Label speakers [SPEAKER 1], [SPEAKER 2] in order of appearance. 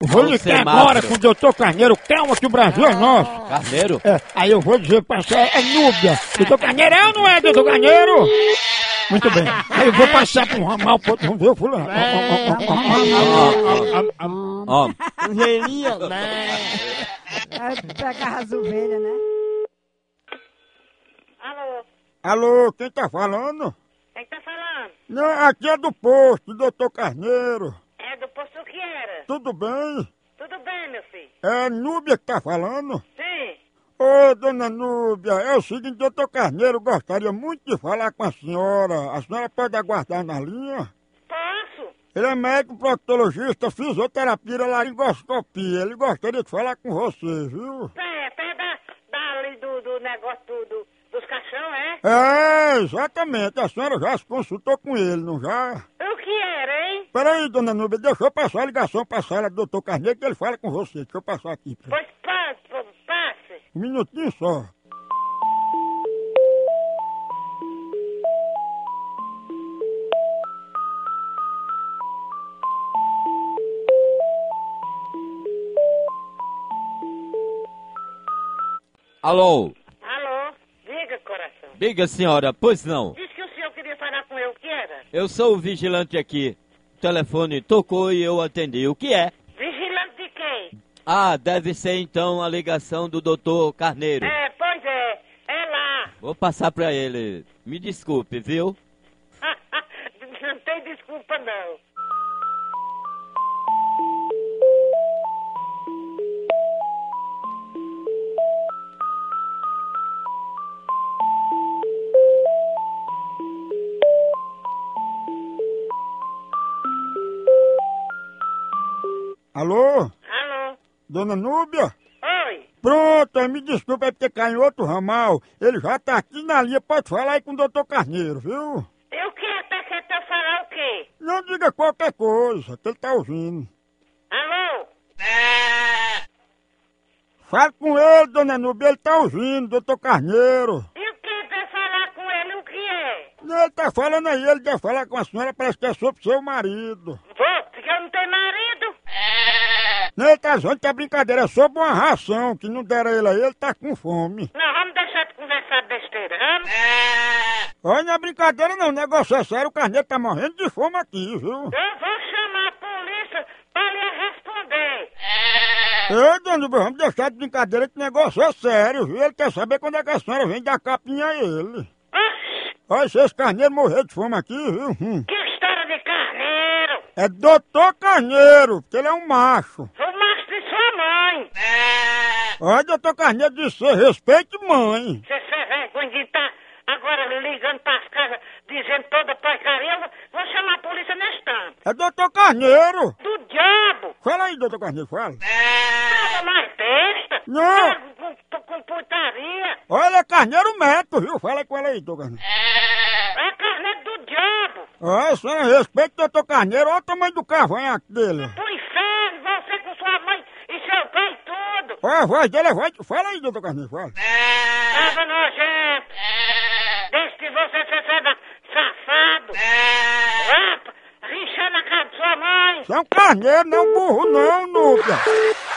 [SPEAKER 1] Vou
[SPEAKER 2] Vamos ser
[SPEAKER 1] ligar agora
[SPEAKER 2] magro.
[SPEAKER 1] com o doutor Carneiro, calma que o Brasil é nosso.
[SPEAKER 2] Carneiro?
[SPEAKER 1] É, aí eu vou dizer pra você, é núbia. Doutor Carneiro é ou não é, doutor Carneiro? Muito bem. Aí eu vou passar pro ramal, pro outro, vamos ver o fulano. Ó, ó, ó, ó, ó, ó.
[SPEAKER 2] Ó,
[SPEAKER 3] Aí pegava as ovelhas, né?
[SPEAKER 4] Alô,
[SPEAKER 1] Alô, quem tá falando?
[SPEAKER 4] quem tá falando?
[SPEAKER 1] Não, aqui é do posto, doutor Carneiro.
[SPEAKER 4] É do posto que era.
[SPEAKER 1] Tudo bem?
[SPEAKER 4] Tudo bem, meu filho?
[SPEAKER 1] É Núbia que tá falando?
[SPEAKER 4] Sim.
[SPEAKER 1] Ô, dona Núbia, é o seguinte, doutor Carneiro gostaria muito de falar com a senhora. A senhora pode aguardar na linha?
[SPEAKER 4] Posso?
[SPEAKER 1] Ele é médico proctologista, fisioterapia, é laringoscopia. Ele gostaria de falar com você, viu?
[SPEAKER 4] É, pé da, da ali do, do negócio do, do- dos caixão, é?
[SPEAKER 1] É, exatamente. A senhora já se consultou com ele, não já?
[SPEAKER 4] O que era, hein?
[SPEAKER 1] Peraí, dona Núbia, deixa eu passar a ligação para a sala do doutor Carneiro que ele fala com você. Deixa eu passar aqui. peraí.
[SPEAKER 4] Pois passe, pois passe.
[SPEAKER 1] Um minutinho só.
[SPEAKER 2] alô,
[SPEAKER 4] Alô, diga, coração.
[SPEAKER 2] diga senhora, pois não.
[SPEAKER 4] Diz que o senhor queria falar com eu, o que era?
[SPEAKER 2] Eu sou o vigilante aqui. O telefone tocou e eu atendi. O que é?
[SPEAKER 4] Vigilante de quem?
[SPEAKER 2] Ah, deve ser então a ligação do doutor Carneiro.
[SPEAKER 4] É, pois é, é lá.
[SPEAKER 2] Vou passar pra ele. Me desculpe, viu?
[SPEAKER 4] não tem desculpa, não.
[SPEAKER 1] Alô?
[SPEAKER 4] Alô,
[SPEAKER 1] Dona Núbia?
[SPEAKER 4] oi.
[SPEAKER 1] Pronto, me desculpa, é porque caiu em outro ramal. Ele já tá aqui na linha, pode falar aí com o doutor Carneiro, viu?
[SPEAKER 4] Eu quero até que você falar o quê?
[SPEAKER 1] Não diga qualquer coisa, que ele tá ouvindo.
[SPEAKER 4] Alô?
[SPEAKER 1] Fale com ele, dona Núbia, ele tá ouvindo, doutor Carneiro.
[SPEAKER 4] E o que pra falar com ele, o que é?
[SPEAKER 1] Não, ele tá falando aí, ele quer falar com a senhora, parece que é sobre seu marido.
[SPEAKER 4] Vou, porque eu não tenho marido.
[SPEAKER 1] Não, ele tá dizendo que é brincadeira, é sobre uma ração que não deram a ele aí, ele tá com fome.
[SPEAKER 4] Não, vamos deixar de conversar besteira, vamos?
[SPEAKER 1] Olha, não é brincadeira não, o negócio é sério, o Carneiro tá morrendo de fome aqui, viu?
[SPEAKER 4] Eu vou chamar a polícia pra lhe responder.
[SPEAKER 1] Ei, dona Núbia, vamos deixar de brincadeira que o negócio é sério, viu? Ele quer saber quando é que a senhora vem dar capinha a ele.
[SPEAKER 4] Oxi,
[SPEAKER 1] Olha, se esse carneiro morrer de fome aqui, viu? Hum.
[SPEAKER 4] que história de carneiro.
[SPEAKER 1] É doutor carneiro, porque ele é um macho.
[SPEAKER 4] O macho de sua mãe.
[SPEAKER 1] Olha, doutor carneiro disse, "Você respeite mãe.
[SPEAKER 4] Você é vergonha de estar agora ligando pras casas, dizendo toda porcaria. Eu vou- vou chamar a polícia neste tanto.
[SPEAKER 1] É doutor carneiro.
[SPEAKER 4] Do diabo.
[SPEAKER 1] Fala aí, doutor carneiro, fala.
[SPEAKER 4] Nada mais besta.
[SPEAKER 1] Não.
[SPEAKER 4] Nada Com, com- com putaria.
[SPEAKER 1] Olha, ele é carneiro médico, viu? Fala com ela aí, doutor carneiro.
[SPEAKER 4] É carneiro do diabo.
[SPEAKER 1] Olha, senhor, respeite o doutor carneiro, olha o tamanho do cavanhaque dele.
[SPEAKER 4] pro inferno, você com sua mãe e seu pai tudo.
[SPEAKER 1] Olha a voz dele, é voz... de- Fala aí, doutor carneiro, fala.
[SPEAKER 4] Tava nojento. Desde que você se feda safado. Rapa, rinchando a cara de sua mãe.
[SPEAKER 1] Você é um carneiro, não é um burro não, Núbia.